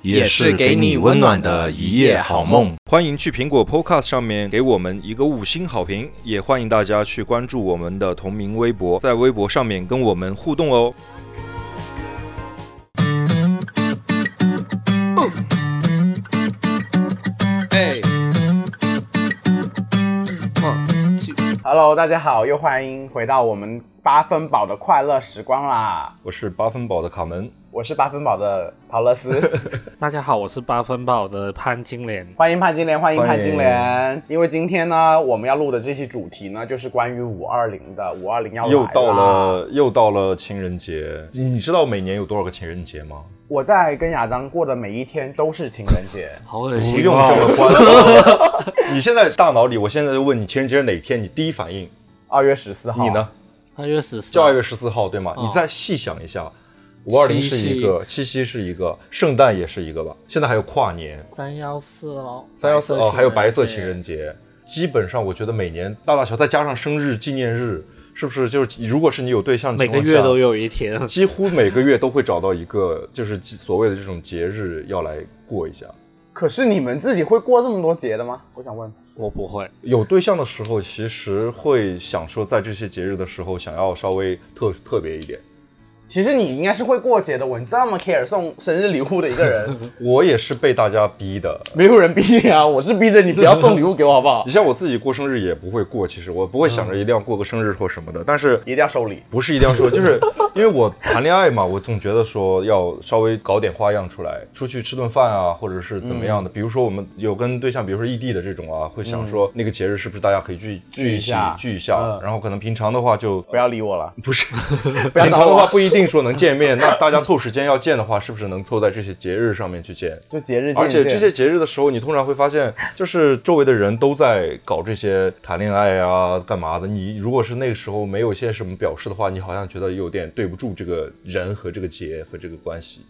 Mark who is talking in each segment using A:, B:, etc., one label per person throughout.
A: 也是给你温暖的一夜好梦。
B: 欢迎去苹果 Podcast 上面给我们一个五星好评，也欢迎大家去关注我们的同名微博，在微博上面跟我们互动哦。
C: Hello，大家好，又欢迎回到我们八分饱的快乐时光啦！
B: 我是八分饱的卡门，
C: 我是八分饱的陶乐斯，
D: 大家好，我是八分饱的潘金莲。
C: 欢迎潘金莲，欢迎
B: 欢迎
C: 潘金莲。因为今天呢，我们要录的这期主题呢，就是关于五二零的，五二零要来
B: 又到
C: 啦
B: 了又到了情人节，你你知道每年有多少个情人节吗？
C: 我在跟亚当过的每一天都是情人节，
D: 好恶
B: 不
D: 心
B: 用这么
D: 哦！
B: 欢乐。 你现在大脑里，我现在就问你，情人节是哪天？你第一反应，
C: 二月十四号。
B: 你呢？
D: 二月十四
B: 就，二月十四号对吗？
D: 嗯
B: 你再细想一下，五二零是一个，七夕是一个，圣诞也是一个吧？现在还有跨年，
D: 三幺四喽，
B: 三幺四哦，还有白色情
D: 节。
B: 人节。基本上我觉得每年大大小再加上生日、纪念日，是不是就是如果是你有对象的
D: 每
B: 情
D: 个
B: 况下，
D: 月都有一天，
B: 几乎每个月都会找到一个就是所谓的这种节日要来过一下。
C: 可是你们自己会过这么多节的吗？我想问。
D: 我不会。
B: 有对象的时候，其实会想说，在这些节日的时候，想要稍微特特别一点。
C: 其实你应该是会过节的，我你这么 care 送生日礼物的一个 人，
B: 我也是被大家逼的，
C: 没有人逼你啊，我是逼着你不要送礼物给我，好 不好
B: 你？像我自己过生日也不会过，其实我不会想着一定要过个生日或什么的，但是
C: 一定要收礼。
B: 不是一定要说，就是因为我谈恋爱嘛，我总觉得说要稍微搞点花样出来，出去吃顿饭啊，或者是怎么样的。比如说我们有跟对象，比如说异地的这种啊，会想说那个节日是不是大家可以聚聚
C: 聚
B: 一起
C: 一下
B: 聚一下，
C: 嗯
B: 然后可能平常的话就
C: 不要理我了，
B: 不是，
C: 要
B: 平
C: 找
B: 常的
C: 我
B: 话不一定说能 见面，那大家凑时间要见的话，是不是能凑在这些节日上面去见？
C: 就节日见
B: 而
C: 一见。
B: 且这些节日的时候，你通常会发现，就是周围的人都在搞这些谈恋爱啊、干嘛的。你如果是那个时候没有一些什么表示的话，你好像觉得有点对不住这个人和这个节和这个关系。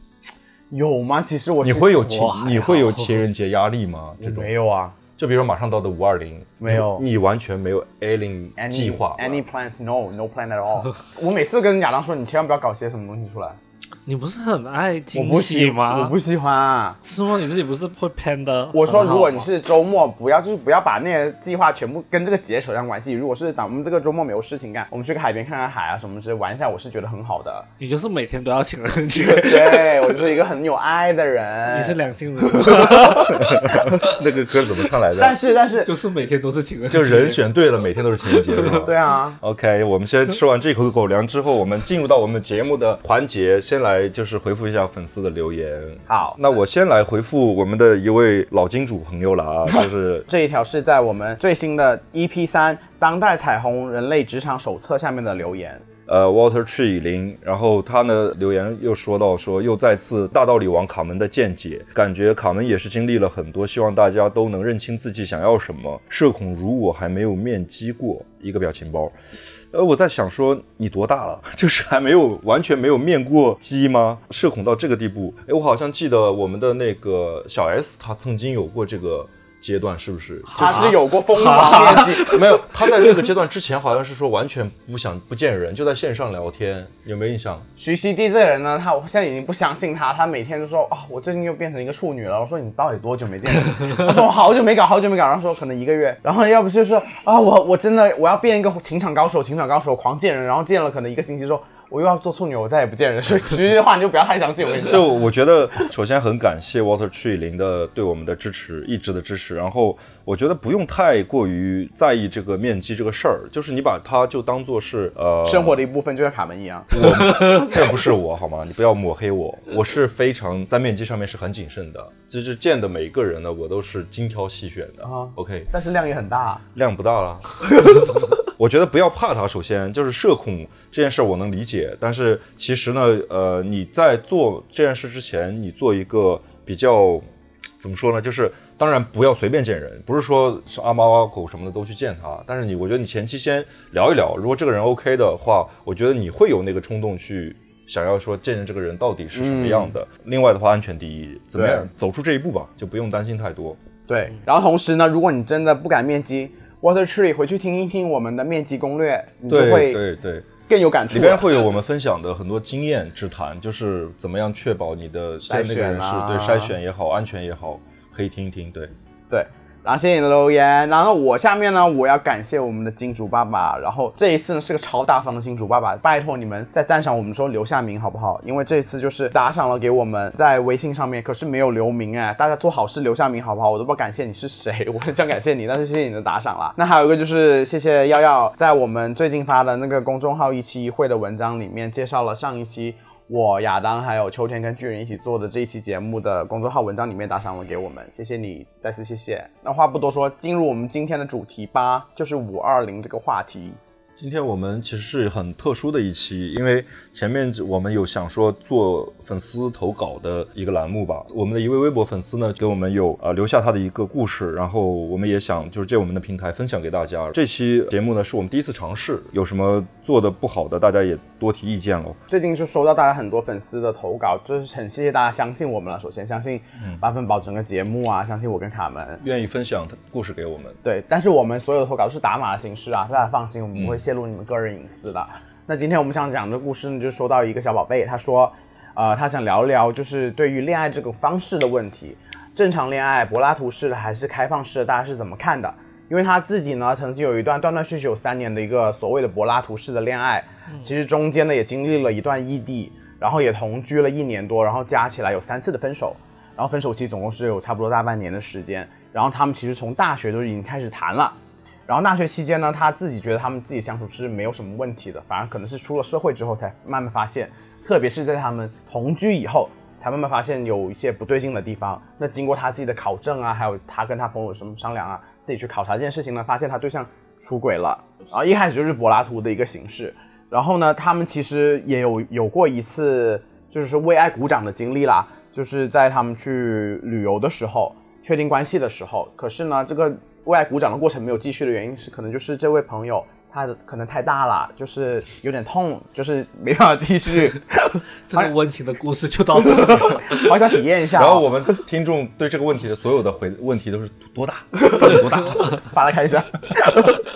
C: 有吗？其实我是
B: 你会有情
D: 我还，好
B: 你会有情人节压力吗？
C: 我
B: 这种
C: 没，有啊
B: 就比如说马上到的五二零，
C: 没有
B: 你完全没有 Alien
C: ，any
B: 计划吧
C: any plans no no plan at all 。 我每次跟亚当说，你千万不要搞些什么东西出来，
D: 你不是很爱
C: 我
D: 惊
C: 不喜
D: 喜吗？啊
C: 我不喜欢啊。
D: 是吗？你自己不是会偏的？
C: 我说，如果你是周末，不要就是不要把那些计划全部跟这个节扯上关系。如果是咱们这个周末没有事情干，我们去个海边看看海啊什么之类玩一下，我是觉得很好的。
D: 你就是每天都要情人节，
C: 对我就是一个很有爱的人。
D: 你是两性人，
B: 那个歌怎么唱来
C: 但
B: 着？
C: 是但是
D: 就是每天都是情人节，
B: 就人选对了，每天都是情人节。是吧
C: 对啊，
B: OK，我们先吃完这口狗粮之后，我们进入到我们节目的环节，先来就是回复一下粉丝的留言。
C: 好
B: 那我先来回复我们的一位老金主朋友了啊，就是
C: 这一条是在我们最新的 EP 三《当代彩虹人类职场手册》下面的留言。
B: 呃 Walter Tree 零，然后他呢留言又说到说又再次大道理王卡门的见解，感觉卡门也是经历了很多，希望大家都能认清自己想要什么。社恐如我还没有面基过一个表情包，呃，我在想说你多大了， 就是还没有完全没有面过基吗？社恐到这个地步？哎，我好像记得我们的那个小 S 她曾经有过这个阶段，是不是？
C: 他是有过疯 狂面基，
B: 没有，他在那个阶段之前好像是说完全不想不见人，就在线上聊天，有没有印象？
C: 徐熙娣这个人呢，他我现在已经不相信他，他每天就说啊、我最近又变成一个处女了。我说你到底多久没见了？他 说我好久没搞，好久没搞。然后说可能一个月，然后要不就是说啊，我我真的我要变一个情场高手，情场高手狂见人，然后见了可能一个星期说我又要做处女，我再也不见人。 所以其实这话你就不要太相信我跟你
B: 就
C: 说。
B: 我觉得，首先很感谢 Water Tree 零的对我们的支持，一直的支持。然后我觉得不用太过于在意这个面基这个事儿，就是你把它就当做是呃
C: 生活的一部分就像卡门一样，
B: 我这不是我好吗？你不要抹黑我，我是非常在面基上面是很谨慎的，就是见的每一个人呢，我都是精挑细选的。
C: 啊
B: OK，
C: 但是量也很大。啊
B: 量不大了。我觉得不要怕它，首先就是社恐这件事儿我能理解，但是其实呢，呃，你在做这件事之前，你做一个比较怎么说呢，就是当然不要随便见人，不是说是阿猫阿狗什么的都去见他，但是你我觉得你前期先聊一聊，如果这个人 OK 的话，我觉得你会有那个冲动去。想要说见见这个人到底是什么样的。另外的话，安全第一，怎么样走出这一步吧，就不用担心太多。
C: 对，然后同时呢，如果你真的不敢面基 Water Tree，回去听一听我们的面基攻略，你就
B: 对
C: 会
B: 对对，
C: 更有感触啊
B: 里
C: 了。
B: 边会有我们分享的很多经验之谈，就是怎么样确保你的见那个
C: 筛选
B: 人是
C: 啊
B: 对筛选也好，安全也好，可以听一听。对，
C: 对，然后谢谢你的留言。然后我下面呢，我要感谢我们的金主爸爸。然后这一次呢是个超大方的金主爸爸，拜托你们在赞赏我们的时候留下名好不好？因为这一次就是打赏了给我们在微信上面，可是没有留名哎。大家做好事留下名好不好？我都不知道感谢你是谁，我很想感谢你，但是谢谢你的打赏啦。那还有一个就是谢谢耀耀在我们最近发的那个公众号一期一会的文章里面介绍了上一期。我亚当还有秋天跟巨人一起做的这一期节目的公众号文章里面打赏了给我们，谢谢你，再次谢谢。那话不多说，进入我们今天的主题吧，就是五二零这个话题。
B: 今天我们其实是很特殊的一期，因为前面我们有想说做粉丝投稿的一个栏目吧。我们的一位微博粉丝呢，给我们有呃留下他的一个故事，然后我们也想就是借我们的平台分享给大家。这期节目呢是我们第一次尝试，有什么做的不好的，大家也多提意见喽。
C: 最近就收到大家很多粉丝的投稿，就是很谢谢大家相信我们了。首先相信八分宝整个节目啊，相信我跟卡门。
B: 愿意分享他故事给我们。
C: 对，但是我们所有的投稿都是打码的形式啊，大家放心，我们不会泄露你们个人隐私的。那今天我们想讲的故事呢，就说到一个小宝贝，他说，呃，他想聊聊就是对于恋爱这个方式的问题，正常恋爱、柏拉图式的还是开放式的，大家是怎么看的？因为他自己呢，曾经有一段断断续续有三年的一个所谓的柏拉图式的恋爱，
D: 嗯
C: 其实中间呢也经历了一段异地，然后也同居了一年多，然后加起来有三次的分手。然后分手期总共是有差不多大半年的时间。然后他们其实从大学就已经开始谈了。然后大学期间呢，他自己觉得他们自己相处是没有什么问题的，反而可能是出了社会之后才慢慢发现，特别是在他们同居以后，才慢慢发现有一些不对劲的地方。那经过他自己的考证啊，还有他跟他朋友什么商量啊，自己去考察这件事情呢，发现他对象出轨了。然后一开始就是柏拉图的一个形式，然后呢，他们其实也有有过一次就是为爱鼓掌的经历啦，就是在他们去旅游的时候，确定关系的时候，可是呢，这个为爱鼓掌的过程没有继续的原因是，可能就是这位朋友他的可能太大了，就是有点痛，就是没办法继续，
D: 这个温情的故事就到这里了。
C: 我想体验一下、哦
B: 然后我们听众对这个问题的所有的回问题都是多大，到底多大？
C: 罚他开一下，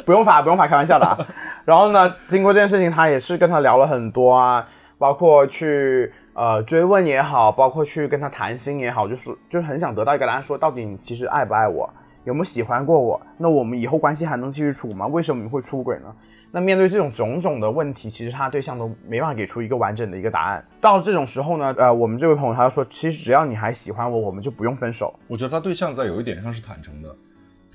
C: 不用罚，不用罚，开玩笑的、啊。然后呢，经过这件事情，他也是跟他聊了很多啊，包括去呃追问也好，包括去跟他谈心也好，就是就是很想得到一个答案，说到底你其实爱不爱我，有没有喜欢过我？那我们以后关系还能继续处吗？为什么你会出轨呢？那面对这种种种的问题，其实他对象都没办法给出一个完整的一个答案。到这种时候呢，呃，我们这位朋友他就说，其实只要你还喜欢我，我们就不用分手，
B: 我觉得他对象在有一点上是坦诚的，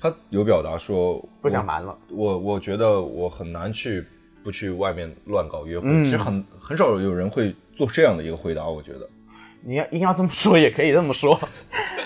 B: 他有表达说
C: 不想瞒了。
B: 我我觉得我很难去不去外面乱搞约会，
C: 嗯
B: 其实很很少有人会做这样的一个回答。我觉得
C: 你要硬要这么说也可以这么说。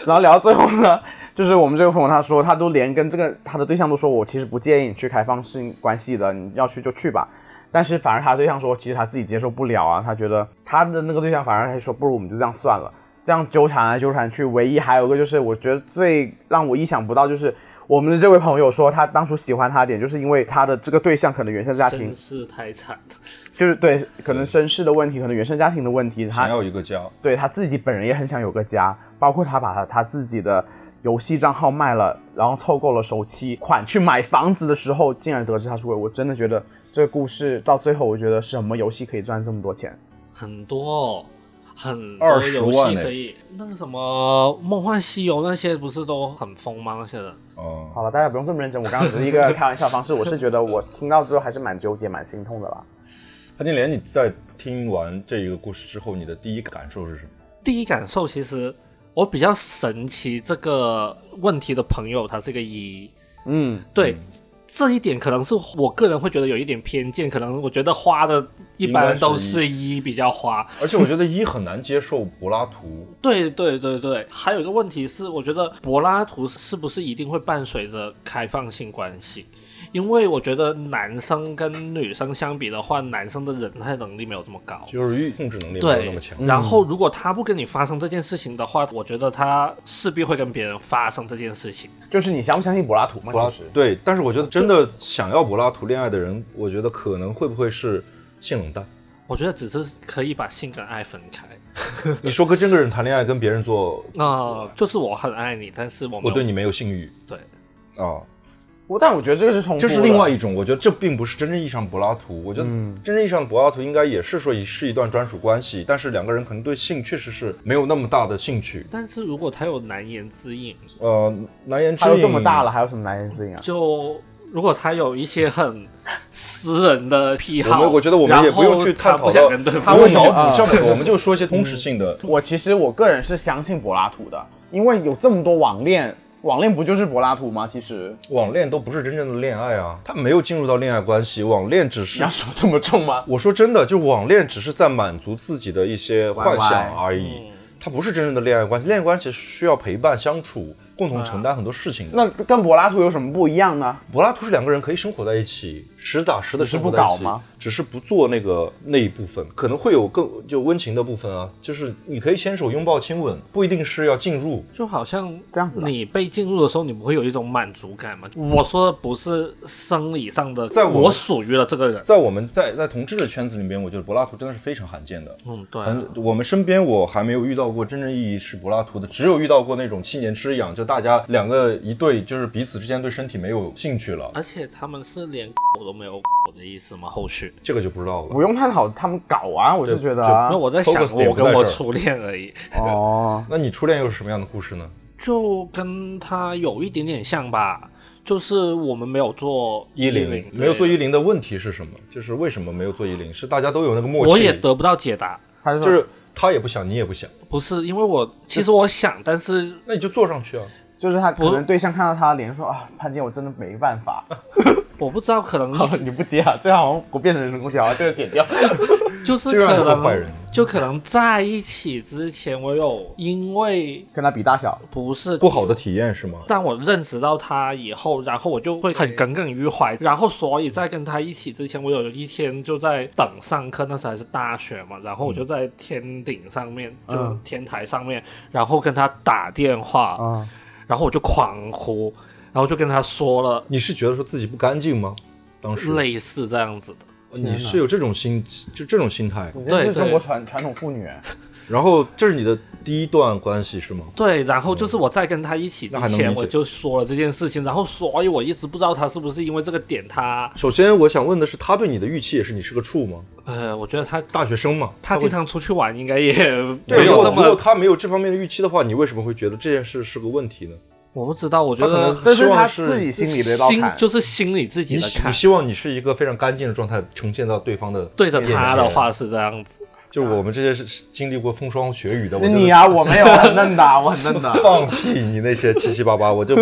C: 然后聊到最后呢，就是我们这位朋友他说，他都连跟这个他的对象都说，我其实不介意你去开放式关系的，你要去就去吧。但是反而他对象说，其实他自己接受不了啊，他觉得他的那个对象反而还说，不如我们就这样算了，这样纠缠来纠缠去。唯一还有一个就是，我觉得最让我意想不到就是。我们的这位朋友说，他当初喜欢他的点，就是因为他的这个对象可能原生家庭
D: 真，是太惨了，
C: 就是对，可能身世的问题，可能原生家庭的问题，他
B: 想要一个家，
C: 对他自己本人也很想有个家，包括他把他他自己的游戏账号卖了，然后凑够了首期款去买房子的时候，竟然得知他出轨，我真的觉得这个故事到最后，我觉得什么游戏可以赚这么多钱？
D: 很多、哦。很多
B: 20
D: 游
B: 万
D: 戏
B: 呢
D: 可以，那个什么《梦幻西游》那些不是都很疯吗？那些人，
B: 嗯，
C: 好了，大家不用这么认真，我刚刚只是一个开玩笑方式，我是觉得我听到之后还是蛮纠结、蛮心痛的啦。
B: 潘金莲，你在听完这一个故事之后，你的第一感受是什么？
D: 第一感受，其实我比较神奇这个问题的朋友，他是一个一，
C: 嗯，
D: 对，这一点可能是我个人会觉得有一点偏见，可能我觉得花的一般人都是一比较花。
B: 而且我觉得一很难接受柏拉图，
D: 对对对对，还有一个问题是，我觉得柏拉图是不是一定会伴随着开放性关系？因为我觉得男生跟女生相比的话，男生的忍耐能力没有这么高。
B: 就是欲控制能力没有
D: 对
B: 那么强，。
D: 然后如果他不跟你发生这件事情的话，我觉得他势必会跟别人发生这件事情。
C: 就是你相不相信柏拉图嘛？
B: 柏拉
C: 其
B: 图
C: 实
B: 对，但是我觉得真的想要柏拉图恋爱的人，我觉得可能会不会是性冷淡？
D: 我觉得只是可以把性跟爱分开。
B: 你说跟这个人谈恋爱，跟别人做，
D: 啊、就是我很爱你，但是我没
B: 我
D: 有
B: 对你没有性欲
D: 对
B: 啊，
C: 我但我觉得这个是同步
B: 这
C: 的，
B: 是另外一种。我觉得这并不是真正意义上柏拉图，我觉得
C: 嗯
B: 真正意义上柏拉图应该也是说一是一段专属关系，但是两个人可能对性确实是没有那么大的兴趣。
D: 但是如果他有难言之隐，
B: 呃，难言之
C: 他
B: 隐
C: 都这么大了，，还有什么难言之隐啊？
D: 就如果他有一些很私人的癖好，
B: 我们我觉得我们也不用去探
D: 然后他
B: 讨
D: 不想跟对
B: 到，
D: 方
B: 不用
C: 什么
B: 脑补这么多，我们就说 一些
C: 嗯
B: 通识性的。
C: 我其实我个人是相信柏拉图的，因为有这么多网恋，网恋不就是柏拉图吗？其实
B: 网恋都不是真正的恋爱啊，他没有进入到恋爱关系，网恋只
C: 你
B: 是
C: 要说这么重吗？
B: 我说真的，就网恋只是在满足自己的一些幻想而已，
D: 嗯
B: 它不是真正的恋爱关系。恋爱关系是需要陪伴、相处、共同承担很多事情的。
C: 那跟柏拉图有什么不一样呢？
B: 柏拉图是两个人可以生活在一起，实打实的生活在
C: 只
B: 一
C: 是
B: 起
C: 不搞吗，
B: 只是不做那个那一部分，可能会有更就温情的部分啊，就是你可以牵手、拥抱、亲吻，不一定是要进入。
D: 就好像
C: 这样子吧
D: 你被进入的时候，你不会有一种满足感吗？我说的不是生理上的，
B: 嗯在我
D: 我属于了这个人。
B: 在我们在在同志的圈子里面，我觉得柏拉图真的是非常罕见的。
D: 嗯，对啊、
B: 很，我们身边我还没有遇到过真正意义是柏拉图的，只有遇到过那种七年之痒，就大家两个一对，就是彼此之间对身体没有兴趣了，
D: 而且他们是连我都没有我的意思吗？后续？
B: 这个就不知道了。
C: 不用探讨他们搞啊，我是觉得啊
D: 那、，我在想
B: focus 点
D: 我
B: 不在
D: 跟我
B: 这儿
D: 初恋而已，
C: 哦，
B: 那你初恋又是什么样的故事呢？
D: 就跟他有一点点像吧，就是我们没有做零，
B: 没有做一。零的问题是什么？就是为什么没有做一零？是大家都有那个默契，
D: 我也得不到解答，
C: 他就
B: 就
C: 说
B: 是他也不想，你也不想，
D: 不是因为我，其实我想，但是
B: 那你就坐上去啊。
C: 就是他可能对象看到他的脸说啊，潘姐我真的没办法，
D: 我不知道，可能
C: 你不接啊，这好像我变成人工小孩，这个剪掉。
D: 就是
B: 这个
D: 可
B: 人很坏人
D: 能就可能在一起之前，我有因为
C: 跟他比大小，
D: 不是
B: 不好的体验是吗？
D: 当我认识到他以后，然后我就会很耿耿于怀，然后所以在跟他一起之前，我有一天就在等上课，那时还是大学嘛，然后我就在天顶上面，
C: 嗯
D: 就天台上面，然后跟他打电话，
B: 嗯
C: 啊，
D: 然后我就狂哭，然后就跟他说了
B: 你是觉得说自己不干净吗？当时
D: 类似这样子的，
B: 你是有这种心，就这种心态。
C: 你真是
D: 对对
C: 中国传传统妇女，
B: 然后这是你的第一段关系是吗？
D: 对，然后就是我在跟他一起之
B: 嗯那还能
D: 前，
B: 理解
D: 我就说了这件事情，然后所以我一直不知道他是不是因为这个点他，
B: 首先，我想问的是，他对你的预期也是你是个处吗？
D: 呃，我觉得他。
B: 大学生嘛，
D: 他经常出去玩，应该也
B: 对，如
D: 没有
B: 果
D: 这
B: 如果
D: 么，
B: 他没有这方面的预期的话，你为什么会觉得这件事是个问题呢？
D: 我不知道。我觉
B: 他可
D: 得
B: 能
C: 这
B: 希
C: 是
B: 望
C: 他
B: 是
C: 自己心里的一道坎。
D: 就是心里自己
B: 你
D: 的
B: 希
D: 坎
B: 你。希望你是一个非常干净的状态呈现到对方的，
D: 对着他的话是这样子，
B: 就是我们这些是经历过风霜雪雨的，我
C: 那
B: 觉得
C: 你啊，我没有，我很嫩的，我很 嫩的。
B: 放屁，你那些七七八八，我就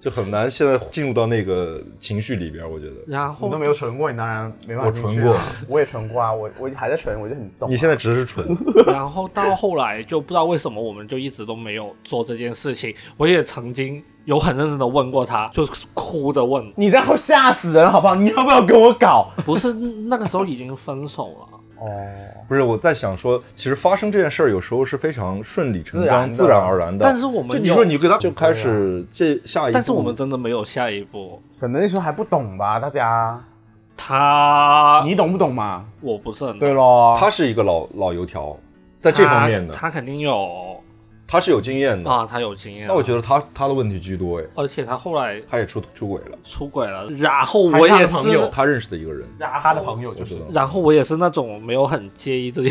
B: 就很难现在进入到那个情绪里边，我觉得。
D: 然
C: 你
D: 后
C: 都没有纯过，你当然没办法
B: 我
C: 进
B: 纯
C: 去
B: 过
C: 啊， 我也纯过啊，我我还在纯，我就很懂啊。
B: 你现在只是蠢，
D: 然后到后来就不知道为什么，我们就一直都没有做这件事情。我也曾经有很认真的问过他，就是哭着问，
C: 你这样会吓死人好不好？你要不要跟我搞？
D: 不是那个时候已经分手了。
C: 哦，
B: 不是我在想说，其实发生这件事儿有时候是非常顺理成章、
C: 自
B: 自
C: 然的
B: 然而然的。
D: 但是我们
B: 就你
D: 有
B: 说你给他就开始这下一步，
D: 但是我们真的没有下一步。
C: 可能那时候还不懂吧，大家，
D: 他，
C: 你懂不懂嘛？
D: 我不是很
C: 啊对咯，
B: 他是一个老老油条，在这方面的
D: 啊他，他肯定有
B: 他是有经验
C: 嗯
B: 的。
D: 啊，他有经验。
B: 那我觉得他他的问题居多哎，
D: 而且他后来
B: 他也出出轨了，
D: 出轨了，然后
C: 还
D: 我
C: 是他的
D: 也
C: 朋友
D: 是，
B: 他认识的一个人。
C: 他的朋友就
B: 我知道
D: 然后我也是那种没有很介意这件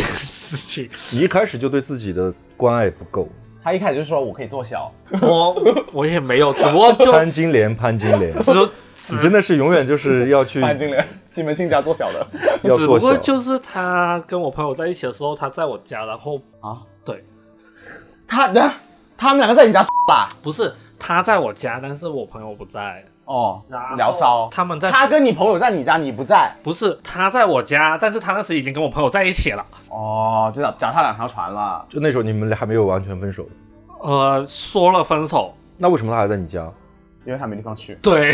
D: 事情。
B: 你一开始就对自己的关爱不够，
C: 他一开始就说我可以做小，
D: 我我也没有，只不过就
B: 潘金莲，潘金 莲，
D: 只
B: 你真的是永远就是要 去
C: 潘金莲金门亲家做小的
B: 要
D: 只不
B: 做
D: 过
B: 小，
D: 就是他跟我朋友在一起的时候，他在我家，然后
C: 啊，
D: 对，
C: 他他们两个在你家 啦，
D: 不是他在我家，但是我朋友不在，
C: 哦
D: 然后，
C: 聊骚。
D: 他们在
C: 他跟你朋友在你家，你不在。
D: 不是他在我家，但是他那时已经跟我朋友在一起了。
C: 哦，知道脚踏两条船了。
B: 就那时候你们俩还没有完全分手，
D: 呃，说了分手，
B: 那为什么他还在你家？
C: 因为他没地方去，
D: 对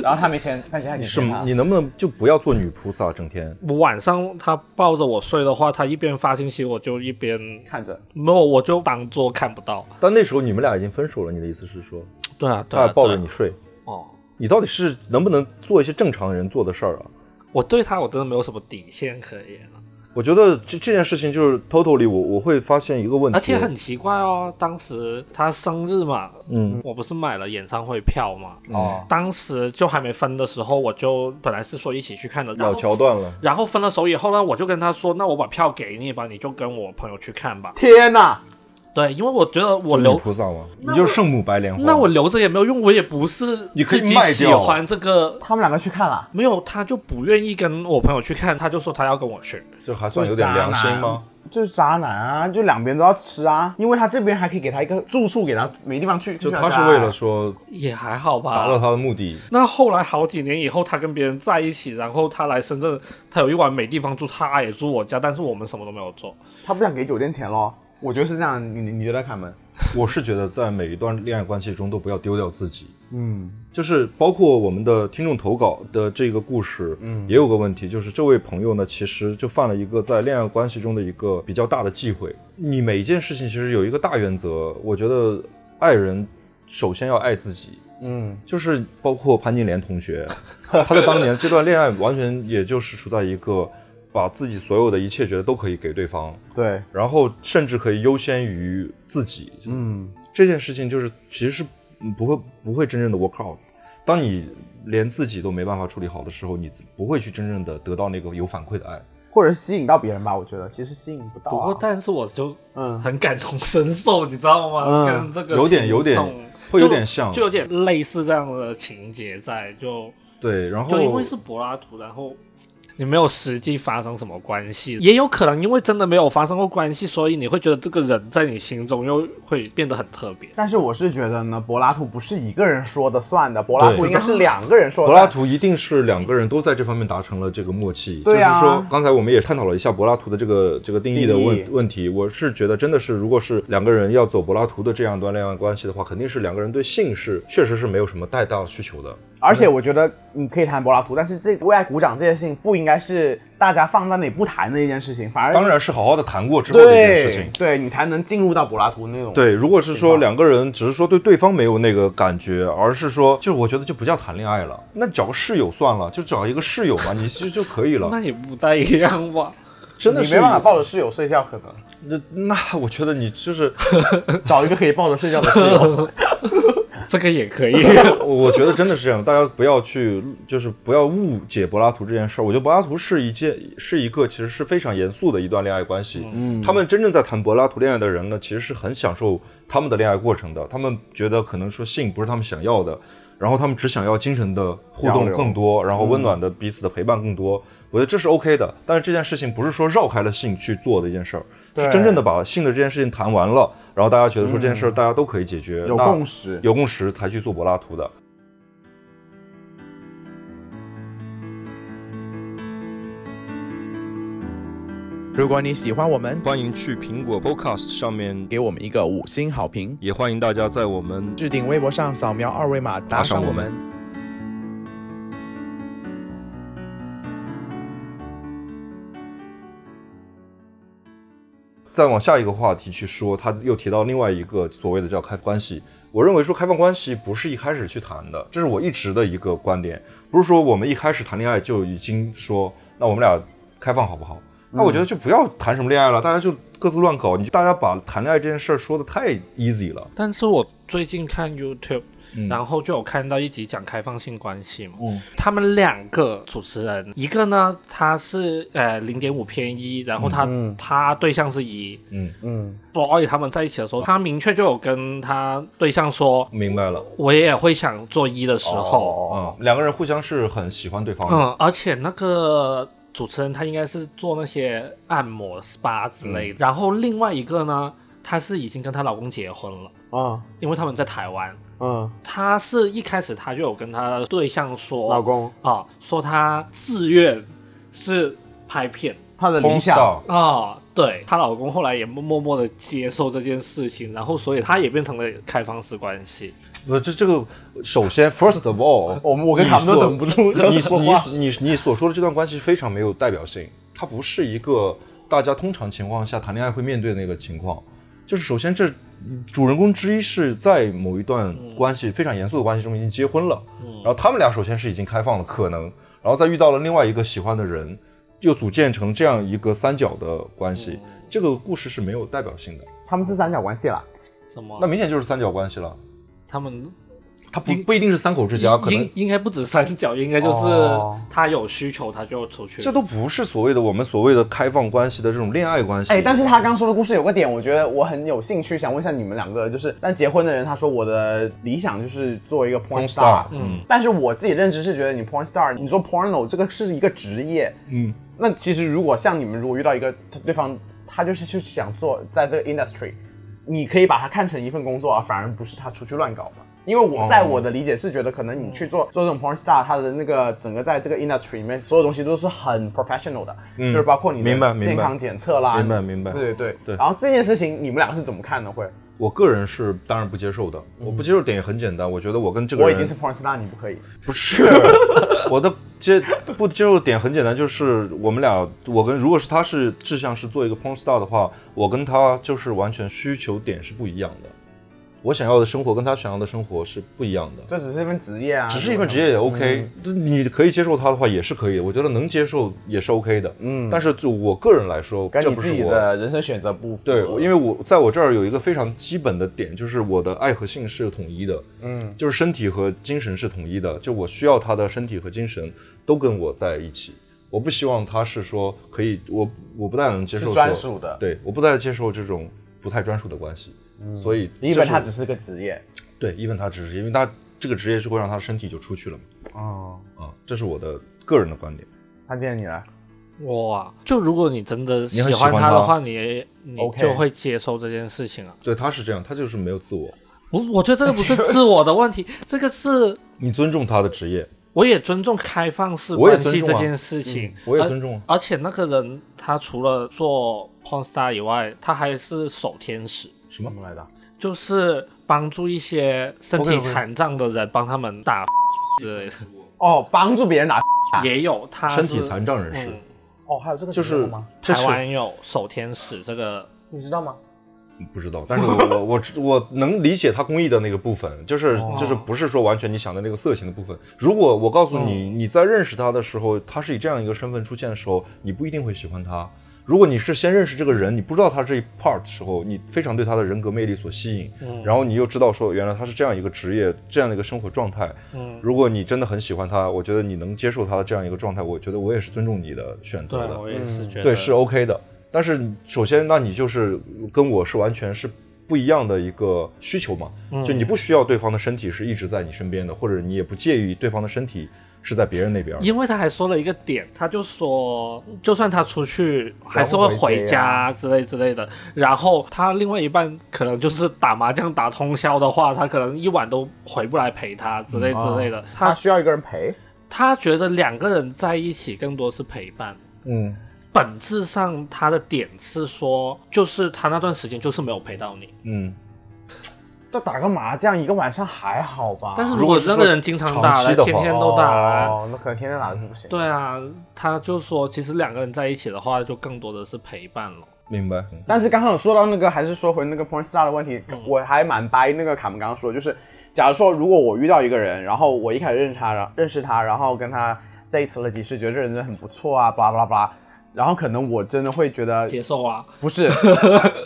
C: 然后他没钱，他钱还得
B: 是
C: 欠
B: 吗？
C: 他
B: 你。能不能就不要做女仆撒，整天
D: 晚上他抱着我睡的话，他一边发信息，我就一边
C: 看着，
D: 没有，我就当做看不到。
B: 但那时候你们俩已经分手了，你的意思是说
D: 对啊，对
B: 他
D: 啊，
B: 还抱着
D: 对啊
B: 你睡？
D: 哦。
B: 你到底是能不能做一些正常人做的事儿啊？
D: 我对他我真的没有什么底线可言啊了，
B: 我觉得这这件事情就是 totally 我我会发现一个问题，
D: 而且很奇怪哦，当时他生日嘛，
B: 嗯
D: 我不是买了演唱会票嘛，
B: 啊
C: 哦，
D: 当时就还没分的时候，我就本来是说一起去看的，然
B: 老
D: 后
B: 桥段了。
D: 然后分了手以后呢，我就跟他说，那我把票给你吧，你就跟我朋友去看吧。
C: 天哪！
D: 对，因为我觉得我
B: 做
D: 留
B: 女仆撒吗？嗯
D: 那
B: 你就
D: 我
B: 是圣母白莲花。
D: 那我留着也没有用，我也不是
B: 你可以
D: 自己
B: 卖
D: 喜
B: 掉
D: 欢这个。
C: 他们两个去看了，
D: 没有，他就不愿意跟我朋友去看，他就说他要跟我去。
B: 这还算有点良心吗？
C: 就是渣男啊，就两边都要吃啊，因为他这边还可以给他一个住宿，给他没地方去。
B: 就
C: 去
B: 他是
C: 家啊
B: 为了说
D: 也还好
B: 达到
D: 吧。
B: 他的目的，
D: 那后来好几年以后，他跟别人在一起，然后他来深圳，他有一晚没地方住，他也住我家，但是我们什么都没有做。
C: 他不想给酒店钱咯。我觉得是这样，你你你觉得凯门？
B: 我是觉得在每一段恋爱关系中都不要丢掉自己。
C: 嗯，
B: 就是包括我们的听众投稿的这个故事，
C: 嗯
B: 也有个问题，就是这位朋友呢，其实就犯了一个在恋爱关系中的一个比较大的忌讳。你每一件事情其实有一个大原则，我觉得爱人首先要爱自己，
C: 嗯，
B: 就是包括潘金莲同学，她在当年这段恋爱完全也就是处在一个把自己所有的一切觉得都可以给对方，
C: 对，
B: 然后甚至可以优先于自己，
C: 嗯，
B: 这件事情就是其实是不会不会真正的 work out。当你连自己都没办法处理好的时候，你不会去真正的得到那个有反馈的爱。
C: 或者是吸引到别人吧，我觉得其实吸引不到、啊。
D: 不过，但是我就
C: 嗯，
D: 很感同身受，你知道吗？
C: 嗯
D: 跟这个
B: 有点有点
D: 听众
B: 会有
D: 就
B: 点像
D: 就有点类似这样的情节在，就
B: 对，然后
D: 就因为是柏拉图，然后你没有实际发生什么关系，也有可能因为真的没有发生过关系，所以你会觉得这个人在你心中又会变得很特别。
C: 但是我是觉得呢，柏拉图不是一个人说的算的，柏拉
B: 对
C: 图应该是两个人说的
B: 柏
C: 算。
B: 拉图一定是两个人都在这方面达成了这个默契。
C: 对啊
B: 就是说刚才我们也探讨了一下柏拉图的这个这个定义的
C: 定义
B: 问问题。我是觉得真的是，如果是两个人要走柏拉图的这样一段恋爱关系的话，肯定是两个人对性是确实是没有什么太大的需求的。
C: 而且我觉得你可以谈柏拉图，但是这为爱鼓掌这件事情不应该是大家放在那里不谈的一件事情，反而
B: 当然是好好的谈过之后的一件事情
C: 对。对你才能进入到柏拉图那种。
B: 对，如果是说
C: 情况
B: 两个人只是说对对方没有那个感觉，而是说，就是我觉得就不叫谈恋爱了，那找个室友算了，就找一个室友嘛，你就就可以了。
D: 那也不太一样吧？
B: 真的
C: 你
B: 是
C: 没办法抱着室友睡觉，可能
B: 那那我觉得你就是，
C: 找一个可以抱着睡觉的室友。
D: 这个也可以。
B: 我觉得真的是这样，大家不要去，就是不要误解柏拉图这件事儿。我觉得柏拉图是一件是一个其实是非常严肃的一段恋爱关系。
C: 嗯
B: 他们真正在谈柏拉图恋爱的人呢，其实是很享受他们的恋爱过程的。他们觉得可能说性不是他们想要的，然后他们只想要精神的互
C: 交
B: 动
C: 流嗯
B: 更多，然后温暖的彼此的陪伴更多。我觉得这是 OK 的。但是这件事情不是说绕开了性去做的一件事儿，
C: 对嗯
B: 是真正的把性的这件事情谈完了，然后大家觉得说这件事儿大家都可以解 决，
C: 有
B: 那
C: 共识
B: 有共识才去做柏拉图的。
C: 如果你喜欢我们，
B: 欢迎去苹果 Podcast 上面，
C: 给我们一个五星好评，
B: 也欢迎大家在我们
C: 置顶微博上扫描二维码打
B: 赏我们。再往下一个话题去说，他又提到另外一个所谓的叫开放关系。我认为说开放关系不是一开始去谈的，这是我一直的一个观点，不是说我们一开始谈恋爱就已经说那我们俩开放好不好？那我觉得就不要谈什么恋爱了，大家就各自乱搞，你就大家把谈恋爱这件事儿说的太 easy 了。
D: 但是我最近看 YouTube，、
B: 嗯
D: 然后就有看到一集讲开放性关系嘛，
B: 嗯
D: 他们两个主持人，一个呢他是呃零点五偏一，然后他、
C: 嗯
D: 他对象是一，
B: 嗯，
C: 嗯，
D: 所以他们在一起的时候，他明确就有跟他对象说，
B: 明白了。
D: 我也会想做一的时候，
B: 嗯，两个人互相是很喜欢对方的。
D: 嗯，而且那个主持人他应该是做那些按摩 SPA 之类的，然后另外一个呢，她是已经跟她老公结婚了，
C: 啊，
D: 因为他们在台湾，
C: 嗯，
D: 他是一开始他就有跟他对象说，
C: 老公，
D: 啊，说他自愿是拍片
C: 他的理
B: 通
C: 想，
B: 道
D: 啊，对她老公后来也默默的接受这件事情，然后所以她也变成了开放式关系。
B: 不，这这个首 先，first of all，
C: 我们我跟
B: 你
C: 卡门都
B: 所
C: 等不住要
B: 你
C: 说
B: 你
C: 话
B: 你你所说的这段关系非常没有代表性，它不是一个大家通常情况下谈恋爱会面对的那个情况。就是首先这主人公之一是在某一段
C: 嗯
B: 关系、非常严肃的关系中已经结婚了，然后他们俩首先是已经开放了可能，然后再遇到了另外一个喜欢的人，又组建成这样一个三角的关
C: 嗯
B: 系。这个故事是没有代表性的，
C: 他们是三角关系啦。
D: 什么？
B: 那明显就是三角关系了。
D: 他们
B: 它不不一定是三口之家，可能
D: 应应该不止三角，应该就是
C: 哦
D: 他有需求他就出去。
B: 这都不是所谓的我们所谓的开放关系的这种恋爱关系。
C: 哎，但是他刚说的故事有个点，我觉得我很有兴趣，想问一下你们两个，就是但结婚的人，他说我的理想就是做一个 porn
B: porn
C: star，
B: star，嗯
C: 但是我自己认知是觉得你 porn star，你做 porno 这个是一个职业，
B: 嗯，
C: 那其实如果像你们如果遇到一个他对方，他就是去想做在这个 industry，你可以把它看成一份工作啊，反而不是他出去乱搞嘛。因为我在
B: 哦
C: 我的理解是觉得，可能你去做做这种 porn star，他的那个整个在这个 industry 里面，所有东西都是很 professional 的，
B: 嗯
C: 就是包括你
B: 明白
C: 的
B: 明白
C: 健康检测啦，
B: 明白明白
C: 对对对
B: 对
C: 然后这件事情你们两个是怎么看的？会，
B: 我个人是当然不接受的。我不接受点也很简单，我觉得我跟这个人
C: 嗯我已经是 porn star，你不可以。
B: 不是 我的接不接受点很简单，就是我们俩，我跟如果是他是志向是做一个 porn star 的话，我跟他就是完全需求点是不一样的。我想要的生活跟他想要的生活是不一样的。
C: 这只是一份职业啊，
B: 只是一份职业也 OK，、你可以接受他的话也是可以的，我觉得能接受也是 OK 的。
C: 嗯
B: 但是就我个人来说，
C: 跟
B: 这
C: 你
B: 不
C: 自
B: 是
C: 己
B: 我
C: 的人呃生选择不符。
B: 对，我因为我在我这儿有一个非常基本的点，就是我的爱和性是统一的，
C: 嗯
B: 就是身体和精神是统一的，就我需要他的身体和精神都跟我在一起。我不希望他是说可以，我我不太能接受
C: 是
B: 说
C: 专属的
B: 对，我不太接受这种不太专属的关系。所以
C: 因为
B: 这
C: 它只是个职业。
B: 对，因为他只是因为他这个职业是会让他的身体就出去了嘛。
C: 哦，
B: 啊，这是我的个人的观点。
C: 看见你了。
D: 哇，就如果你真的
B: 你很喜
D: 欢
B: 欢
D: 他的
B: 他
D: 话，你也你
C: OK
D: 就会接受这件事情啊。
B: 对，他是这样，他就是没有自我。
D: 我我觉得这个不是自我的问题， 这个是
B: 你尊重他的职业，
D: 我也尊重开放式
B: 我也
D: 关
B: 尊
D: 系
B: 重啊
D: 这件事情，
B: 我也
D: 而
B: 尊重啊。
D: 而且那个人他除了做 porn star 以外，他还是守天使，
B: 什么？
C: 来的？
D: 就是帮助一些身体
B: OK，OK
D: 残障的人，帮他们打 之类的。
C: 哦，帮助别人打。
D: 也有他
B: 身
D: 是
B: 体残障人士，
D: 嗯
C: 哦，还有这个
B: 就
C: 职业
B: 是
C: 吗？
B: 这
D: 台
B: 是
D: 湾有守天使这个，
C: 你知道吗？
B: 不知道，但是我我我我能理解他公益的那个部分，就是
D: 哦
B: 就是不是说完全你想的那个色情的部分。如果我告诉你，
D: 嗯
B: 你在认识他的时候，他是以这样一个身份出现的时候，你不一定会喜欢他。如果你是先认识这个人，你不知道他这一 part 的时候，你非常对他的人格魅力所吸引，
D: 嗯
B: 然后你又知道说原来他是这样一个职业，这样的一个生活状态。
D: 嗯，
B: 如果你真的很喜欢他，我觉得你能接受他的这样一个状态，我觉得我也是尊重你的选择
D: 对
B: 的。嗯
D: 我也是觉得，
B: 对，是 OK 的。但是首先，那你就是跟我是完全是不一样的一个需求嘛，
D: 嗯
B: 就你不需要对方的身体是一直在你身边的，或者你也不介意对方的身体是在别人那边。
D: 因为他还说了一个点，他就说，就算他出去，还是会回家之类之类的。然后他另外一半可能就是打麻将打通宵的话，他可能一晚都回不来陪他之
B: 嗯
D: 类之类的。
B: 啊
C: 他
D: 他
C: 需要一个人陪。
D: 他觉得两个人在一起更多是陪伴。
B: 嗯，
D: 本质上，他的点是说，就是他那段时间就是没有陪到你。
B: 嗯，
C: 就打个麻将一个晚上还好吧？
D: 但是
B: 如
D: 如
B: 果
D: 果
B: 是
D: 那
B: 说
D: 个人经常
B: 长
D: 打
B: 期
D: 来，
B: 的
D: 天
B: 话
D: 天都打来，
C: 哦，那可能天天打的是不行。
D: 对啊，他就说，其实两个人在一起的话，就更多的是陪伴了。
B: 明白。嗯
C: 但是刚刚有说到那个，还是说回那个 porn star 的问题，
D: 嗯
C: 我还蛮掰那个卡门刚刚说，就是假如说如果我遇到一个人，然后我一开始认识他，然后认识他，然后跟他 date 了几次，觉得这人真的很不错啊，巴拉巴拉巴拉，然后可能我真的会觉得
D: 接受啊，
C: 不 是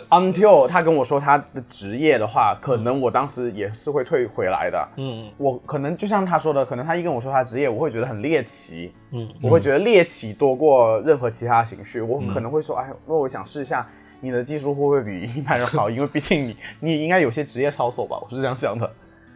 C: ，until 他跟我说他的职业的话，可能我当时也是会退回来的。
D: 嗯
C: 我可能就像他说的，可能他一跟我说他职业，我会觉得很猎奇，
D: 嗯，
C: 我会觉得猎奇多过任何其他情绪。我可能会
B: 嗯
C: 说，哎，那我想试一下你的技术会不会比 一般人好，因为毕竟你你也应该有些职业操守吧，我是这样想的。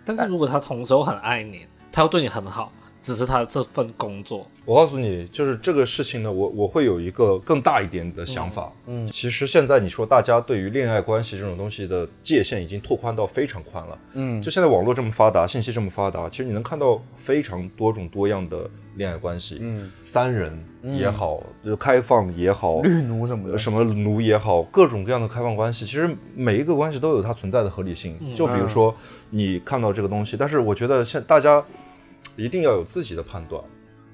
D: 但是如果他同时又很爱你，他又对你很好，只是他这份工作。
B: 我告诉你，就是这个事情呢，我我会有一个更大一点的想法。
C: 嗯嗯
B: 其实现在你说大家对于恋爱关系这种东西的界限已经拓宽到非常宽了。
C: 嗯，
B: 就现在网络这么发达，信息这么发达，其实你能看到非常多种多样的恋爱关系，
C: 嗯，
B: 三人也好，就开放也好，
C: 绿奴什么的，
B: 什么奴也好，各种各样的开放关系，其实每一个关系都有它存在的合理性。
D: 嗯
B: 就比如说你看到这个东西，但是我觉得现大家一定要有自己的判断。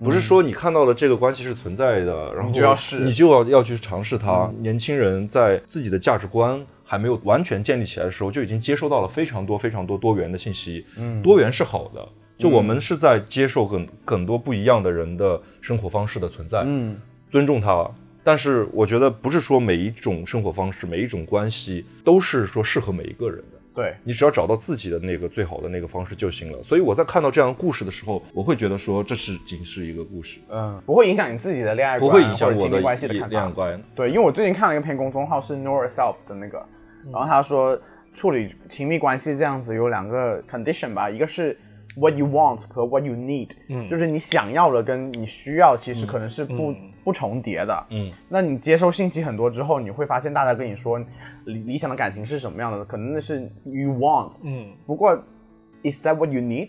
B: 不是说你看到了这个关系是存在的，然
C: 嗯
B: 后
C: 你就要试嗯
B: 你就要要去尝试它。年轻人在自己的价值观还没有完全建立起来的时候，就已经接收到了非常多、非常多多元的信息。
C: 嗯
B: 多元是好的，就我们是在接受更更多不一样的人的生活方式的存在。
C: 嗯
B: 尊重它。但是我觉得不是说每一种生活方式、每一种关系都是说适合每一个人的，
C: 对，
B: 你只要找到自己的那个最好的那个方式就行了。所以我在看到这样的故事的时候，我会觉得说这是仅是一个故事，
C: 嗯，不会影响你自己的恋爱观，
B: 不会影响
C: 哎或者
B: 我
C: 亲密
B: 的
C: 关系的看
B: 恋爱
C: 法。
B: 观。
C: 对，因为我最近看了一篇公众号是 Know Yourself 的那个，
D: 嗯
C: 然后他说处理亲密关系这样子有两个 condition 吧，一个是 what you want 和 what you need，
D: 嗯
C: 就是你想要的跟你需要其实可能是不、
D: 嗯
C: 不重叠的。
B: 嗯，
C: 那你接收信息很多之后，你会发现大家跟你说理理想的感情是什么样的，可能那是 you want，
D: 嗯，
C: 不过，is that what you need？、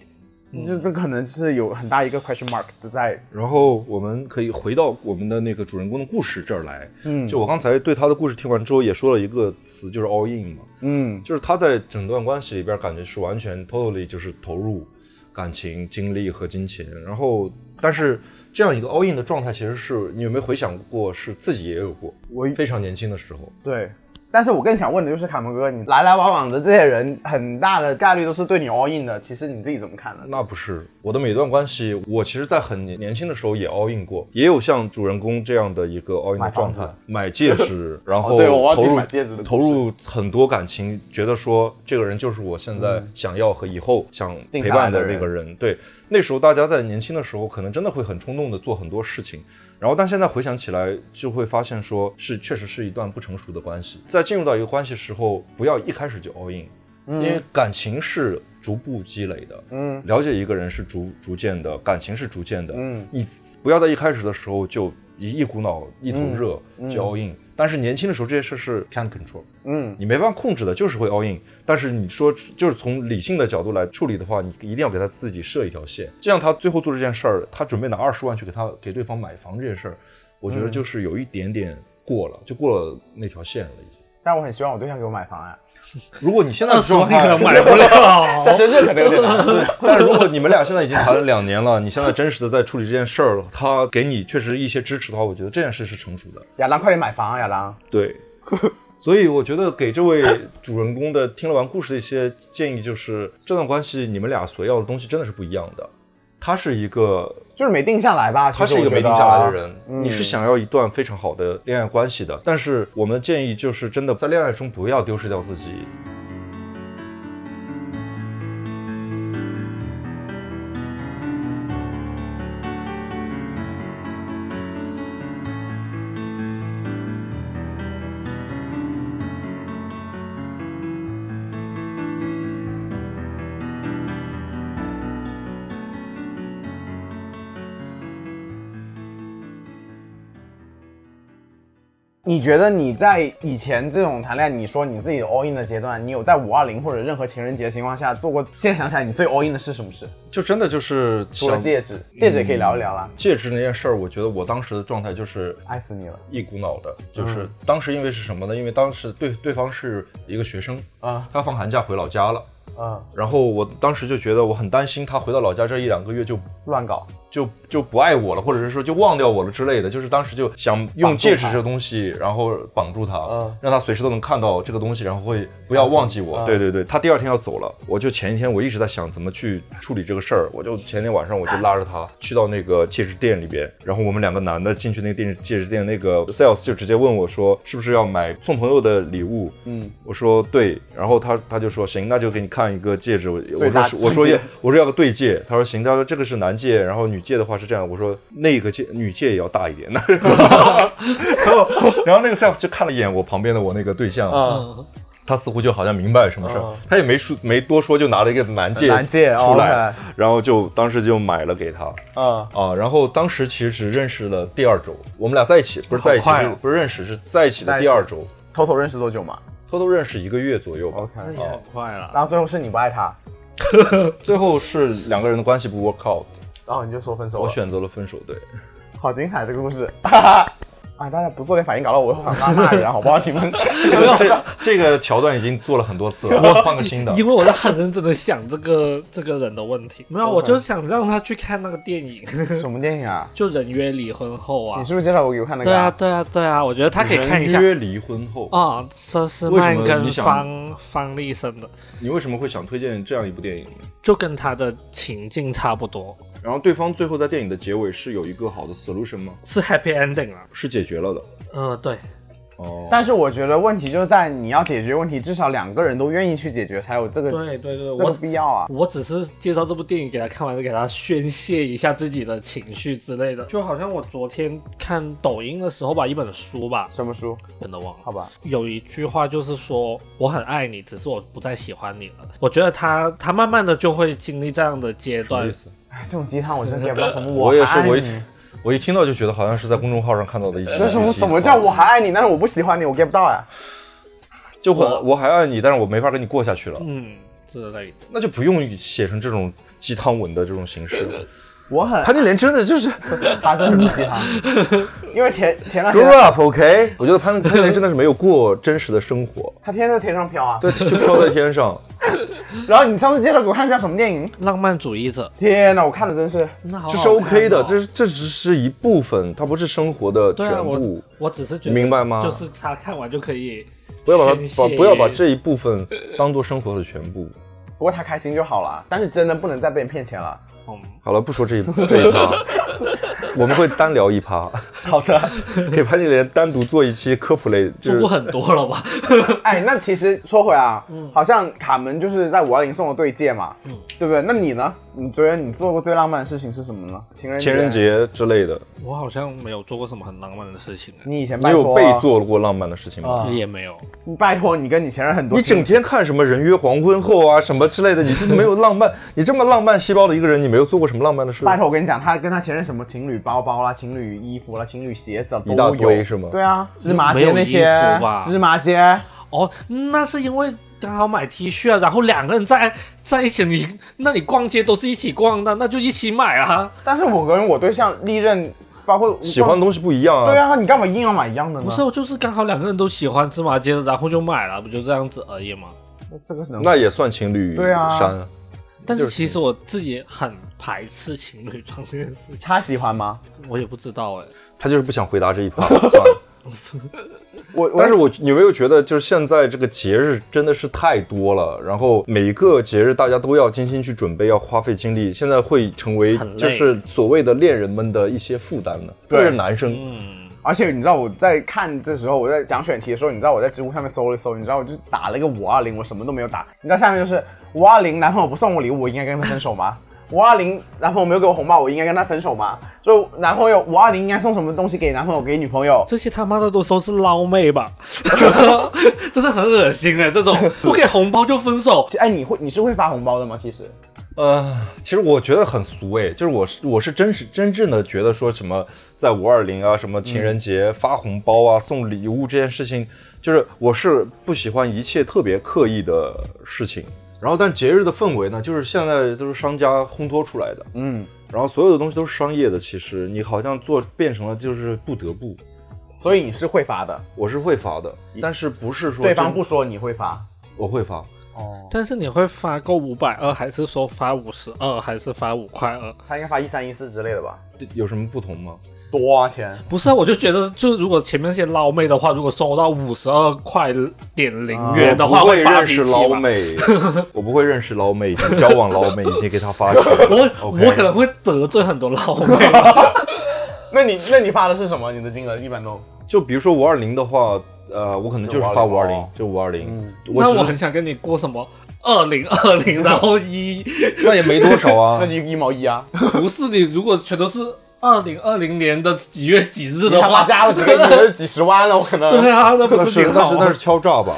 C: 就是这可能是有很大一个 question mark 的在，
B: 然后我们可以回到我们的那个主人公的故事这儿来。
C: 嗯
B: 就我刚才对他的故事听完之后，也说了一个词，就是 all in 嘛。
C: 嗯
B: 就是他在整段关系里边，感觉是完全 totally 就是投入感情、精力和金钱。然后，但是这样一个 all in 的状态，其实是你有没有回想过，是自己也有过，
C: 我
B: 非常年轻的时候。
C: 对。但是我更想问的就是卡门哥，你来来往往的这些人，很大的概率都是对你 all in 的，其实你自己怎么看呢？
B: 那不是我的每段关系，我其实，在很年年轻的时候也 all in 过，也有像主人公这样的一个 all in 的
C: 买房
B: 状
C: 子
B: 态，买戒 指，然后
C: 哦对我忘记
B: 投入
C: 买戒指的故事
B: 投入很多感情，觉得说这个人就是我现在想要和以后想
C: 嗯定
B: 陪
C: 下来
B: 伴
C: 的
B: 的那个
C: 人
B: 人。对，那时候大家在年轻的时候，可能真的会很冲动的做很多事情，然后但现在回想起来，就会发现说是确实是一段不成熟的关系。在进入到一个关系时候，不要一开始就 all in，因为
C: 嗯
B: 感情是逐步积累的。
C: 嗯
B: 了解一个人是逐逐渐的，感情是逐渐的。
C: 嗯
B: 你不要在一开始的时候就一一股脑一头热、
C: 嗯
B: 就 all in。但是年轻的时候这些事是 can't control，
C: 嗯
B: 你没办法控制的，就是会 all in。但是你说就是从理性的角度来处理的话，你一定要给他自己设一条线。这样他最后做这件事儿，他准备拿二十万去给他给对方买房这件事儿，我觉得
C: 嗯
B: 就是有一点点过了，就过了那条线了已经。
C: 但我很希望我对象给我买房啊，
B: 如果你现在
D: 嗯二
B: 的
D: 十万
B: 状
D: 你可
B: 态
D: 能买不 了。
C: 在深圳可能有点难。
B: 但是如果你们俩现在已经谈了两年了，你现在真实的在处理这件事儿了，他给你确实一些支持的话，我觉得这件事是成熟的。
C: 亚当，快点买房啊，亚当。
B: 对， 所以我觉得给这位主人公的听了完故事的一些建议就是，这段关系你们俩所要的东西真的是不一样的。他是一个，
C: 就是没定下来吧，
B: 他
C: 其实
B: 是一个
C: 我觉
B: 没
C: 得
B: 定下来的人，
C: 嗯
B: 你是想要一段非常好的恋爱关系的。但是我们的建议就是，真的在恋爱中不要丢失掉自己，
C: 你觉得你在以前这种谈恋爱，你说你自己 all in 的阶段，你有在五二零或者任何情人节的情况下做过？现在想起来，你最 all in 的是什么事？
B: 就真的就是
C: 除了
B: 想
C: 戒指，戒指也可以聊一聊啦。
B: 戒指那件事儿，我觉得我当时的状态就是
C: 爱死你了
B: 一股脑的，就是
C: 嗯
B: 当时因为是什么呢？因为当时对对方是一个学生，
C: 啊
B: 他放寒假回老家了，
C: 啊，
B: 然后我当时就觉得我很担心他回到老家这一两个月就
C: 乱搞，
B: 就就不爱我了，或者是说就忘掉我了之类的，就是当时就想用戒指这个东西，然后绑住他，
C: 嗯
B: 让他随时都能看到这个东西，然后会不要忘记我。
C: 嗯
B: 对对对，他第二天要走了，我就前一天我一直在想怎么去处理这个事儿，我就前天晚上我就拉着他去到那个戒指店里边，然后我们两个男的进去那个戒指戒指店，那个 sales 就直接问我说是不是要买送朋友的礼物，
C: 嗯，
B: 我说对，然后他他就说行，那就给你看一个戒指。我
C: 最
B: 我
C: 大的
B: 说是我说
C: 戒
B: 要我说要个对戒，他说行，他说这个是男戒，然后女戒的话是这样。我说那个戒女戒也要大一点。 然后然后那个 sales 就看了一眼我旁边的我那个对象，
C: 嗯
D: 嗯
B: 他似乎就好像明白什么事儿
C: 嗯，
B: 他也没说没多说，就拿了一个男戒
C: 男戒
B: 出来
C: 哦，
B: 然后就当时就买了给他。
C: 嗯，
B: 啊，然后当时其实只认识了第二周，我们俩在一起，不是在一起，
D: 好快
B: 是不是认识，是在一起的第二周，
C: 偷偷认识多久嘛
B: 偷偷认识一个月左右吧。
D: 那也很哦快了。
C: 然后最后是你不爱他，
B: 最后是两个人的关系不 work out，
C: 然后你就说分手
B: 我
C: 了。
B: 选择了分手。对，
C: 好精彩这个故事，哈哈。啊，大家不做点反应，搞到我又想骂骂人，啊好不好？你 们
B: 这个这 这个桥段已经做了很多次了，我换个新的。
D: 因为我在很认真的想这个这个人的问题，没有，我就想让他去看那个电 影，
C: 什么电影啊？
D: 就《人约离婚后》啊
C: 你。是不是介绍我给我看那
D: 对
C: 个、
D: 啊，？对啊，对啊，我觉得他可以看一下
B: 人约离婚后，
D: 啊，佘诗
B: 为什
D: 曼
B: 么
D: 跟
B: 你想
D: 方方力申的，
B: 你为什么会想推荐这样一部电影呢？
D: 就跟他的情境差不多，
B: 然后对方最后在电影的结尾是有一个好的 solution 吗？
D: 是 happy ending 啊。
B: 是解决了的。
D: 呃，对，
B: 哦，
C: 但是我觉得问题就在你要解决问题，至少两个人都愿意去解决，才有这个
D: 对对对
C: 这个
D: 我
C: 必要啊。
D: 我只是介绍这部电影给他看完，给他宣泄一下自己的情绪之类的。就好像我昨天看抖音的时候吧，一本书吧，
C: 什么书？
D: 真的忘了
C: 好。吧，
D: 有一句话就是说我很爱你，只是我不再喜欢你了。我觉得他他慢慢的就会经历这样的阶
B: 什么
D: 段
B: 意，思？
C: 哎这种鸡汤我真的 get 不到什 么。
B: 我也是，
C: 还爱
B: 我一
C: 你
B: 听我一听到就觉得好像是在公众号上看到的一句。
C: 这什 么什么叫我还爱你，但是我不喜欢你，我 get 不到啊呀、
B: 就我我还爱你，但是我没法跟你过下去了，
D: 嗯之类的。
B: 那就不用写成这种鸡汤文的这种形式。
C: 我 很
B: 谭，俊莲真的就是
C: 他真的是鸡汤，因为前前段时
B: grow
C: 间
B: up，OK？、我觉得潘 潘俊莲真的是没有过真实的生活，
C: 他天天在天上飘啊。
B: 对，就飘在天上。
C: 然后你上次介绍给我看一下什么电影？
D: 浪漫主义者
C: 天哪，我看的真是
D: 真的好好
B: 这
D: 看
B: 是
D: 哦
B: OK 的，这是这只是一部分，它不是生活的
D: 对啊，
B: 全
D: 我
B: 部。
D: 我只是觉得
B: 明白吗
D: 就是他看完就可以
B: 不要把它
D: 宣泄
B: 把不要把这一部分当做生活的全部。
C: 不过他开心就好了，但是真的不能再被人骗钱 了。
D: 嗯
B: 好了，不说这一这一趴，我们会单聊一趴，
C: 好的，
B: 给潘金莲单独做一期科普类，就
D: 做
B: 是
D: 过很多了吧？
C: 哎，那其实说回来啊，
D: 嗯
C: 好像卡门就是在五二零送我对戒嘛，对不对？那你呢？你觉得你做过最浪漫的事情是什么呢？情人
B: 情人，节之类的。
D: 我好像没有做过什么很浪漫的事情、欸，
C: 你以前
B: 你
C: 拜
B: 有
C: 托
B: 被做过浪漫的事情吗？
C: 啊？
D: 也没有。
C: 你拜托你跟你前任很多
B: 你
C: 情，
B: 整天看什么人约黄昏后啊什么之类的，你就没有浪漫。你这么浪漫细胞的一个人，你没有做过什么浪漫的事？
C: 拜托我跟你讲，他跟他前任什么情侣包包啦、情侣衣服啦、情侣鞋子
B: 一大
C: 都
B: 堆
C: 有
B: 是吗
C: 对啊，芝麻
D: 没
C: 街
D: 有
C: 那些
D: 衣服吧，
C: 芝麻街，
D: 哦，那是因为刚好买 T 恤啊，然后两个人在在一起，你那你逛街都是一起逛的，那就一起买啊。
C: 但是我跟我对象历任，包括
B: 喜欢的东西不一样啊。
C: 对啊，你干嘛硬要买一样的呢？
D: 不是，我就是刚好两个人都喜欢芝麻街的，然后就买了，不就这样子而已吗？
C: 这个能
B: 那也算情侣
C: 对啊
B: 衫啊。
D: 但是
B: 就是
D: 其实我自己很排斥情侣装这件事情，
C: 他喜欢吗？
D: 我也不知道哎、
B: 他就是不想回答这一趴。算了
C: 我我
B: 但是我你没有觉得，就是现在这个节日真的是太多了，然后每个节日大家都要精心去准备，要花费精力，现在会成为
D: 很累
B: 就是所谓的恋人们的一些负担呢。特
C: 对
B: 别是男生，
D: 嗯，
C: 而且你知道我在看这时候，我在讲选题的时候，你知道我在知乎上面搜了搜，你知道我就打了一个五二零，我什么都没有打。你知道下面就是五二零男朋友不送我礼物，我应该跟他分手吗？五二零男朋友没有给我红包，我应该跟他分手吗？就男朋友五二零应该送什么东西给男朋友给女朋友？
D: 这些他妈的都收是捞妹吧， 真的很恶心哎、这种 不给红包就分手，
C: 哎，你会你是会发红包的吗？其实
B: 呃，其实我觉得很俗诶，就是我是我是真实真正的觉得说什么在五二零啊，什么情
D: 嗯
B: 人节发红包啊、送礼物这件事情，就是我是不喜欢一切特别刻意的事情。然后，但节日的氛围呢，就是现在都是商家烘托出来的，
C: 嗯，
B: 然后所有的东西都是商业的。其实你好像做变成了就是不得不，
C: 所以你是会发的，
B: 我是会发的，但是不是说
C: 对方
B: 真
C: 不说你会发。
B: 我会发，
C: 哦，
D: 但是你会发够五百二，还是说发五十二，还是发五块二？
C: 他应该发一三一四之类的吧？
B: 有什么不同吗？
C: 多啊钱，
D: 不是啊，我就觉得，就如果前面那些捞妹的话，如果收到五十二块点零元的话，
B: 我不会
D: 会发
B: 认
D: 脾
B: 识
D: 气
B: 捞
D: 吧？
B: 妹，我不会认识捞妹，已经交往捞妹，已经给她发钱。
D: 我
B: OK
D: 我可能会得罪很多捞妹吧。
C: 那你那你发的是什么？你的金额一般都
B: 就比如说五二零的话，呃，我可能就是发
C: 就
B: 五二
C: 520
B: 零
C: 哦，
B: 就五二零。
D: 嗯
B: 只
D: 那 我
B: 是
D: 很想跟你过什么二零二零，然后一
B: 那也没多少啊
C: 那。就一毛一啊。
D: 不是你，如果全都是二零二零年的几月几日
C: 你
D: 的
C: 他妈
D: 话，
C: 加了几个亿，我就几十万了，我可能。
D: 对啊，那不
B: 那
D: 是
B: 是
D: 挺
B: 那
D: 好
B: 是那
D: 吗
B: 是？敲诈吧？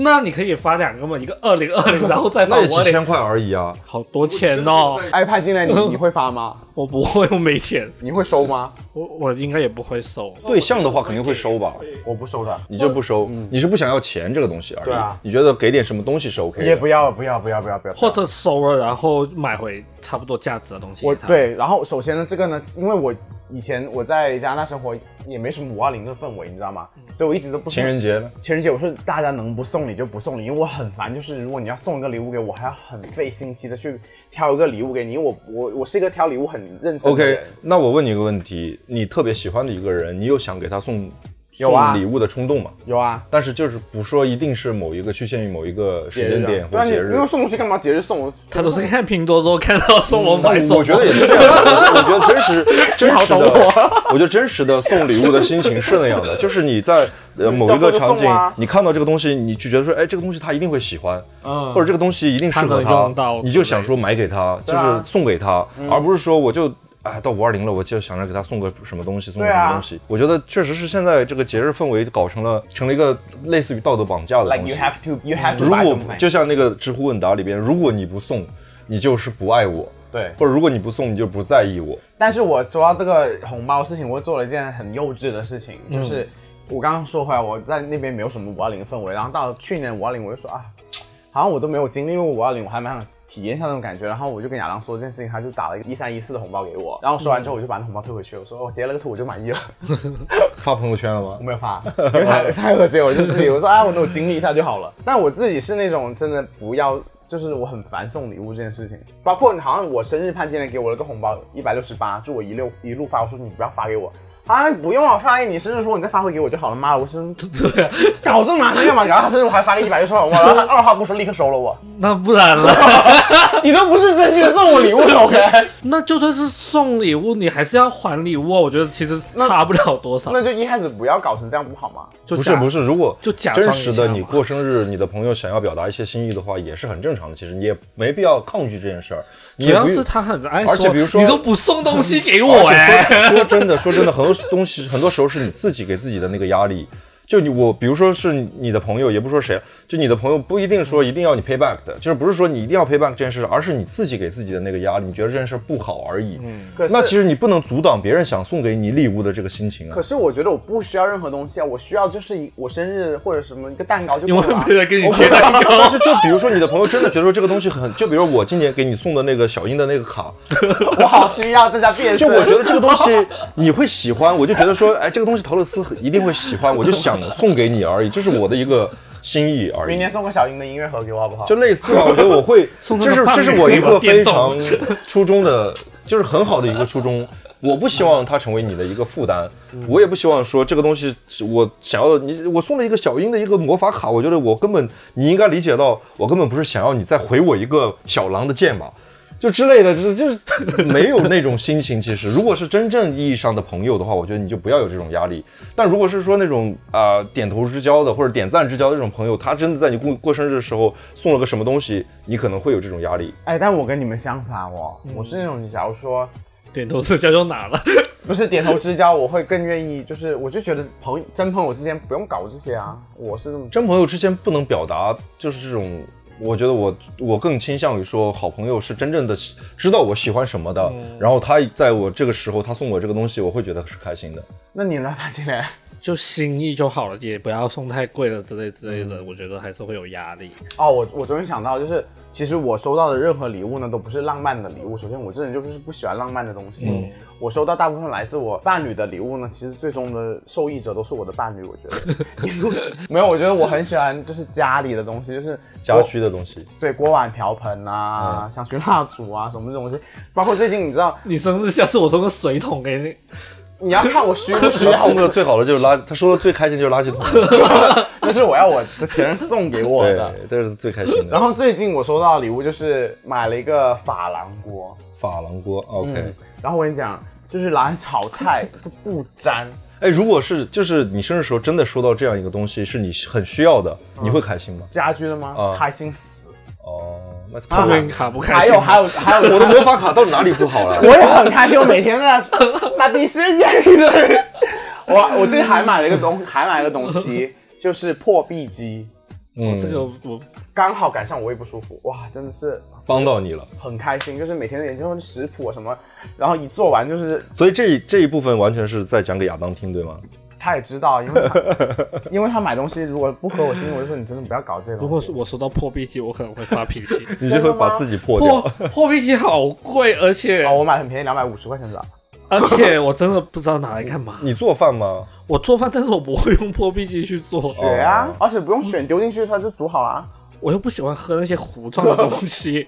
D: 那你可以发两个嘛，一个二零二零，然后再 发
B: 那也
D: 五二
B: 几
D: 零，
B: 千块而已啊。
D: 好多钱哦！
C: iPad 进来你你会发吗？
D: 我不会，我没钱，
C: 你会收吗？
D: 我我应该也不会收。
B: 对象的话肯定会收吧，
C: 我不收的，
B: 你就不收，你是不想要钱这个东西而已。
C: 嗯对啊
B: 你觉得给点什么东西是 OK
C: 也
B: 的
C: 不？要不要不要不要不要。
D: 或者收了，然后买回差不多价值的东西
C: 我
D: 给他。，
C: 对，然后首先呢，这个呢，因为我以前我在加拿大生活也没什么五二零的氛围，你知道吗？
D: 嗯
C: 所以我一直都不
B: 情人节呢？
C: 情人节，我说大家能不送礼就不送礼，因为我很烦，就是如果你要送一个礼物给我，还要很费心机的去挑一个礼物给你，因为我我我是一个挑礼物很认真的
B: OK，
C: 人。
B: 那我问你一个问题：你特别喜欢的一个人，你有想给他送
C: 有啊
B: 送礼物的冲动吗？
C: 有啊，
B: 但是就是不说一定是某一个局限于某一个时间点
C: 对啊，
B: 或
C: 你
B: 节日
C: 因为。送东西干嘛？节日送我，
D: 他都是看拼多多看到送我买什
B: 那
D: 么，
B: 嗯我觉得也是这样的，我我觉得真实真实
C: 好
B: 的
C: 懂我，
B: 我觉得真实的送礼物的心情是那样的，就是你在呃某一个场
C: 嗯送
B: 景
C: 就送啊，
B: 你看到这个东西，你就觉得说，哎，这个东西他一定会喜欢，
C: 嗯
B: 或者这个东西一定适合
D: 他能用到
B: 他，你就想说买给他，就
C: 对啊
B: 是送给他，而不是说我就。哎，到五二零了，我就想着给他送个什么东西，送个
C: 对
B: 什
C: 啊
B: 么东西。我觉得确实是现在这个节日氛围搞成了成了一个类似于道德绑架的
C: like
B: 东
C: you
B: 西。
C: have to you have to
B: 如
C: buy
B: 果
C: something
B: 就像那个知乎问答里边，如果你不送，你就是不爱我，
C: 对。
B: 或者如果你不送，你就不在意我。
C: 但是我说到这个红包事情，我做了一件很幼稚的事情，就是我刚刚说回来，我在那边没有什么五二零氛围，然后到了去年五二零，我就说啊，好像我都没有经历过五二零，我还蛮想体验一下那种感觉。然后我就跟亚当说这件事情，他就打了一个一三一四的红包给我，然后说完之后我就把那红包退回去，我说哦我截了个图我就满意了，
B: 发朋友圈了吗
C: 我？没有 发，因为太太恶心了，我就自己我说啊，我那我经历一下就好了。但我自己是那种真的不要。就是我很烦送礼物这件事情，包括好像我生日潘金莲给我了个红包一百六十八，就我一溜一路发，我说你不要发给我啊，不用啊，发给你生日说你再发回给我就好了。妈的，我生日
D: 对啊，
C: 搞这麻烦干嘛？然后他生日我还发个一百六十八 红包，然后他二话不说立刻收了我，
D: 那不 然了，
C: 你都不是真心的送我礼物了，OK？
D: 那就算是送礼物，你还是要还礼物啊。我觉得其实差不了多少。
C: 那就一开始不要搞成这样不好吗？
D: 就
B: 不是不
D: 是，
B: 是，如果
D: 就假装
B: 真
D: 一下
B: 实的
D: 嘛
B: 你过生日，你的朋友想要表达一些心意的话，也是很正常的。其实你也没必要抗拒这件事儿。你
D: 主
B: 也
D: 要
B: 不
D: 是他很爱
B: 而且比如说
D: 你都不送东西给我
B: 而
D: 哎、
B: 且说 说真的，说真的，很多东西很多时候是你自己给自己的那个压力。就你我，比如说是你的朋友，也不说谁，就你的朋友不一定说一定要你 pay back 的，就是不是说你一定要 pay back 这件事，而是你自己给自己的那个压力，你觉得这件事不好而已。
D: 嗯
C: 可是
B: 那其实你不能阻挡别人想送给你礼物的这个心情啊
C: 可。是我觉得我不需要任何东西啊，我需要就是一我生日或者什么一个蛋糕就
D: 因
C: 够
D: 为
C: 了啊。
D: 没人跟你接蛋糕。
B: 但是就比如说你的朋友真的觉得说这个东西很，就比如我今年给你送的那个小英的那个 卡，
C: 我好需要大家变
B: 就
C: 身。
B: 我觉得这个东西你会喜欢，我就觉得说，哎，这个东西陶乐斯一定会喜欢，我就想送给你而已，这是我的一个心意而
C: 明
B: 已
C: 年。送个小英的音乐盒给我好不好？
B: 就类似吧，我觉得我会，
D: 送他
B: 这
D: 个
B: 是
D: 棒
B: 这是
D: 槌
B: 我一
D: 吧
B: 个非
D: 电
B: 常
D: 动
B: 初衷的，就是很好的一个初衷。我不希望它成为你的一个负担，我也不希望说这个东西是我想要的你，我送了一个小英的一个魔法卡，我觉得我根本你应该理解到，我根本不是想要你再回我一个小狼的剑吧，就之类的，就是就是没有那种心情。其实，如果是真正意义上的朋友的话，我觉得你就不要有这种压力。但如果是说那种啊、点头之交的或者点赞之交的这种朋友，他真的在你过过生日的时候送了个什么东西，你可能会有这种压力。
C: 哎，但我跟你们相反哦，我是那种假如说
D: 点头之交就拿了，
C: 不是点头之交，我会更愿意，就是我就觉得朋友真朋友之间不用搞这些啊，我是这么。
B: 真朋友之间不能表达，就是这种。我觉得我我更倾向于说，好朋友是真正的喜知道我喜欢什么的，然后他在我这个时候他送我这个东西，我会觉得是开心的。
C: 那你呢，潘金莲？
D: 就心意就好了，也不要送太贵了之类之类
C: 嗯
D: 的。我觉得还是会有压力。
C: 哦，我我终于想到，就是其实我收到的任何礼物呢，都不是浪漫的礼物。首先，我这人就是不喜欢浪漫的东西。我收到大部分来自我伴侣的礼物呢，其实最终的受益者都是我的伴侣。我觉得因为没有，我觉得我很喜欢就是家里的东西，就是
B: 家居的东西，
C: 对锅碗瓢盆啊、香薰蜡烛啊什么这种东西，包括最近你知道
D: 你生日下次我送个水桶给你，
C: 你要看我需不需
B: 他
C: 要
B: 送，的最好的就是垃，他说的最开心就是垃圾桶，
C: 这是我要我的前任送给我的。
B: 对，这是最开心的。
C: 然后最近我收到的礼物就是买了一个珐琅锅，
B: 珐琅锅，OK
C: 嗯。，然后我跟你讲，就是拿来炒 菜它不粘，
B: 哎，如果是就是你生日时候真的收到这样一个东西，是你很需要的，
D: 嗯
B: 你会开心吗？
C: 家居的吗
B: 啊？
C: 开心死！
B: 哦，那
D: 后
B: 我
D: 面卡嗯不开
C: 还
D: 心。
C: 有还有还有，
B: 的魔法卡到底哪里不好 了？
C: 我也很开心，我每天在那 那必须愿意的。我我最近还买了一个东，还买了个东西，就是破壁机。
D: 我
B: 嗯
D: 这个我
C: 刚好赶上我胃不舒服，哇，真的是
B: 帮到你了。
C: 很开心，就是每天研究食谱啊什么，然后一做完就是
B: 所以这这一部分完全是在讲给亚当听，对吗？
C: 他也知道，因为他因为他买东西如果不合我心意，我就说你真的不要搞这个。
D: 如果是我收到破壁机，我可能会发脾气。
B: 你就会把自己破
D: 破
B: 掉。
D: 破壁机好贵，而且
C: 哦，我买得很便宜，两百五十块钱的，
D: 而且我真的不知道拿来 干嘛。
B: 你做饭吗？
D: 我做饭，但是我不会用破壁机去做，
C: 选啊，而且不用选，丢进去它就煮好了。啊
D: 我又不喜欢喝那些糊状的东西。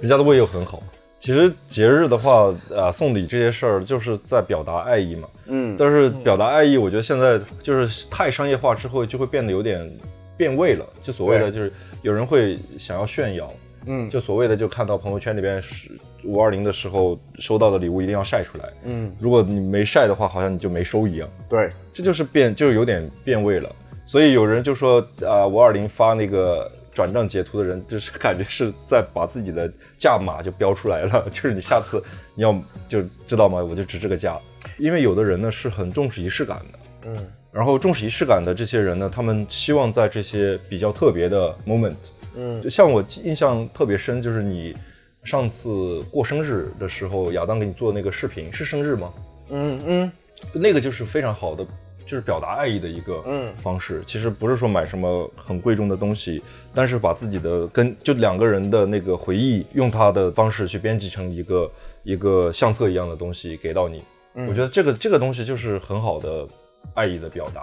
B: 人家的胃又很好。其实节日的话，啊，送礼这些事儿就是在表达爱意嘛。
C: 嗯，
B: 但是表达爱意，我觉得现在就是太商业化之后，就会变得有点变味了。就所谓的
C: 对
B: 就是有人会想要炫耀，
C: 嗯
B: 就所谓的就看到朋友圈里边是五二零的时候收到的礼物一定要晒出来，
C: 嗯，
B: 如果你没晒的话，好像你就没收一样。
C: 对，
B: 这就是变，就是有点变味了。所以有人就说，啊，五二零发那个转账截图的人，就是感觉是在把自己的价码就标出来了， 就是你下次你要就知道吗？我就值这个价，因为有的人呢是很重视仪式感的。
C: 嗯
B: 然后重视仪式感的这些人呢，他们希望在这些比较特别的 moment，
C: 嗯
B: 就像我印象特别深，就是你上次过生日的时候，亚当给你做那个视频，是生日吗？
C: 嗯嗯，
B: 那个就是非常好的，就是表达爱意的一个
C: 嗯
B: 方式。其实不是说买什么很贵重的东西，但是把自己的跟就两个人的那个回忆，用他的方式去编辑成一个一个相册一样的东西给到你。
C: 嗯
B: 我觉得这个这个东西就是很好的爱意的表达。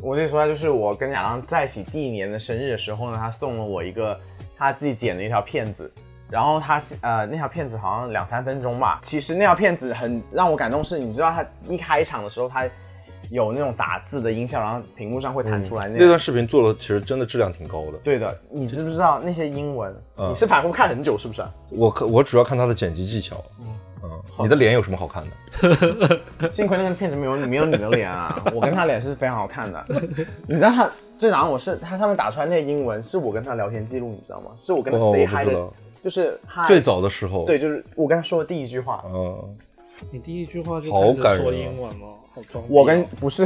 C: 我跟你说，他就是我跟亚当在一起第一年的生日的时候呢，他送了我一个他自己剪的一条片子，然后他是呃那条片子好像两三分钟吧。其实那条片子很让我感动是，你知道他一开场的时候他有那种打字的音效，然后屏幕上会弹出来那
B: 那
C: 种。
B: 段视频做了，其实真的质量挺高的。
C: 对的，你知不知道那些英文？
B: 嗯
C: 你是反复看很久是不啊是？
B: 我可我主要看他的剪辑技巧。嗯，你的脸有什么好看的？
C: 幸亏那个片子没有没有你的脸 啊，我跟他脸是非常好看的。你知道他最难我是他上面打出来那个英文是我跟他聊天记录，你知道吗？是我跟他
B: 哦
C: say
B: 我不
C: hi
B: 知
C: 的，
B: 道
C: 就是嗨
B: 最早的时候，
C: 对，，就是我跟他说的第一句话。
B: 嗯，
D: 你第一句话就
B: 好
D: 开
B: 感人
D: 始说
B: 啊
D: 英文哦，好装逼哦。
C: 我跟不是，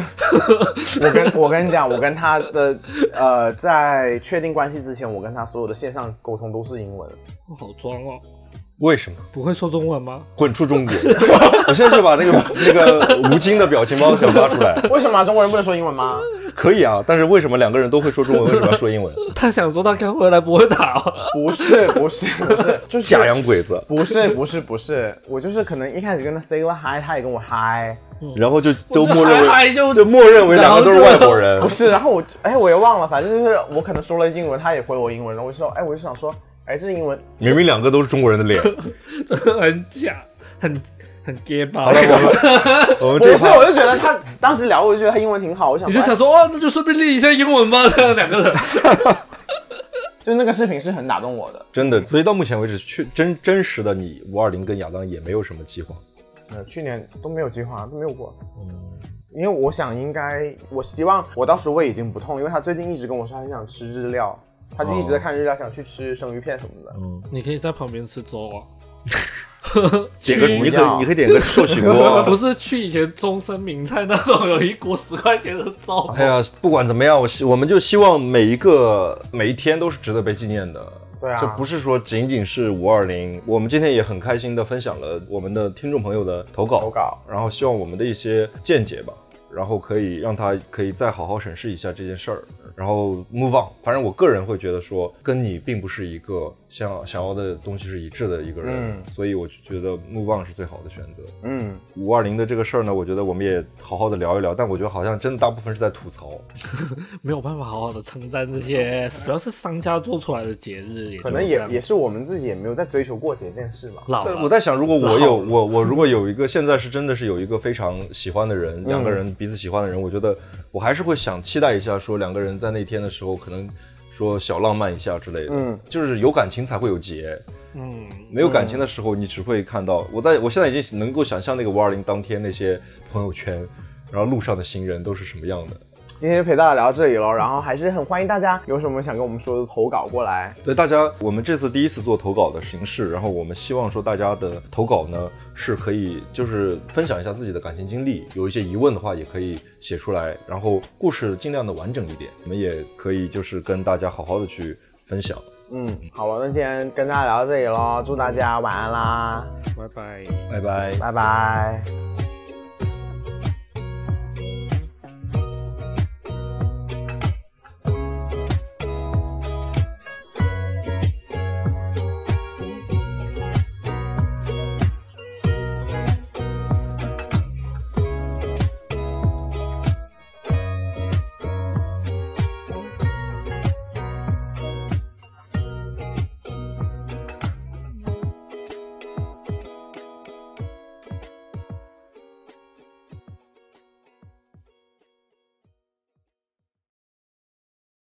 C: 我跟我跟你讲，我跟他的呃，在确定关系之前，我跟他所有的线上沟通都是英文。
D: 我好装哦，
B: 为什么？
D: 不会说中文吗？
B: 滚出中国！我现在就把那个那个吴京的表情包想发出来。
C: 为什么中国人不能说英文 吗？
B: 可以啊，但是为什么两个人都会说中文，为什么要说英文？
D: 他想说他刚回来不会打哦。
C: 不是不是不是，就是
B: 假洋鬼子，
C: 不是不是不是，我就是可能一开始跟他 say 了 hi，他也跟我 hi，
B: 然后就都默认
D: 我这还
B: 为
D: 还就
B: 就默认为两个都是外国人
C: 不。是，然后我哎我也忘了，反正就是我可能说了英文，他也回我英文，然后我就说哎我就想说哎这英文
B: 明明两个都是中国人的脸。
D: 真的很假，很很 gay 吧
B: 好了，？我们我们
C: 不
B: 这
C: 是，
B: 趴
C: 我就觉得他当时聊我就觉得他英文挺好，我想
D: 你
C: 说
D: 就
C: 哎
D: 想说哦，那就顺便练一下英文吧， 这样两个人。
C: 就那个视频是很打动我的，
B: 真的，所以到目前为止，确真真实的你五二零跟亚当也没有什么计划。
C: 呃，去年都没有计划，都没有过。因为我想应该，我希望我到时候胃已经不痛，因为他最近一直跟我说他很想吃日料，他就一直在看日料，想去吃生鱼片什么的。
B: 嗯，
D: 你可以在旁边吃粥 啊。
B: 点个
D: 去
B: 你啊可以你可以点个寿喜 锅。
D: 不是去以前中山名菜那种有一锅十块钱的粥，
B: 哎呀，不管怎么样，我希我们就希望每一个每一天都是值得被纪念的。
C: 对啊
B: 就不是说仅仅是五二零。我们今天也很开心的分享了我们的听众朋友的投稿，
C: 投稿，
B: 然后希望我们的一些见解吧，然后可以让他可以再好好审视一下这件事儿，然后 move on。反正我个人会觉得说，跟你并不是一个想要想要的东西是一致的一个人，
C: 嗯
B: 所以我就觉得 move on 是最好的选择。
C: 嗯，
B: 五二零的这个事儿呢，我觉得我们也好好的聊一聊，但我觉得好像真的大部分是在吐槽。
D: 没有办法好好的称赞这些，主要是商家做出来的节日，
C: 可能也也是我们自己也没有在追求过节这件事吧。
D: 老
B: 这
D: 了
B: 我在想，如果我
D: 老
B: 有我我如果有一个现在是真的是有一个非常喜欢的
C: 嗯
B: 人，两个人彼此喜欢的人，我觉得我还是会想期待一下，说两个人在那天的时候可能说小浪漫一下之类的，
C: 嗯
B: 就是有感情才会有结，
D: 嗯，
B: 没有感情的时候你只会看到我在我现在已经能够想象那个五二零当天那些朋友圈，然后路上的行人都是什么样的，
C: 今天就陪大家聊到这里喽，然后还是很欢迎大家有什么想跟我们说的投稿过来。
B: 对大家，我们这次第一次做投稿的形式，然后我们希望说大家的投稿呢是可以就是分享一下自己的感情经历，有一些疑问的话也可以写出来，然后故事尽量的完整一点，我们也可以就是跟大家好好的去分享。
C: 嗯，好了，那今天跟大家聊到这里喽，祝大家晚安啦，
D: 拜拜。
B: 拜拜。
C: 拜拜。
D: 拜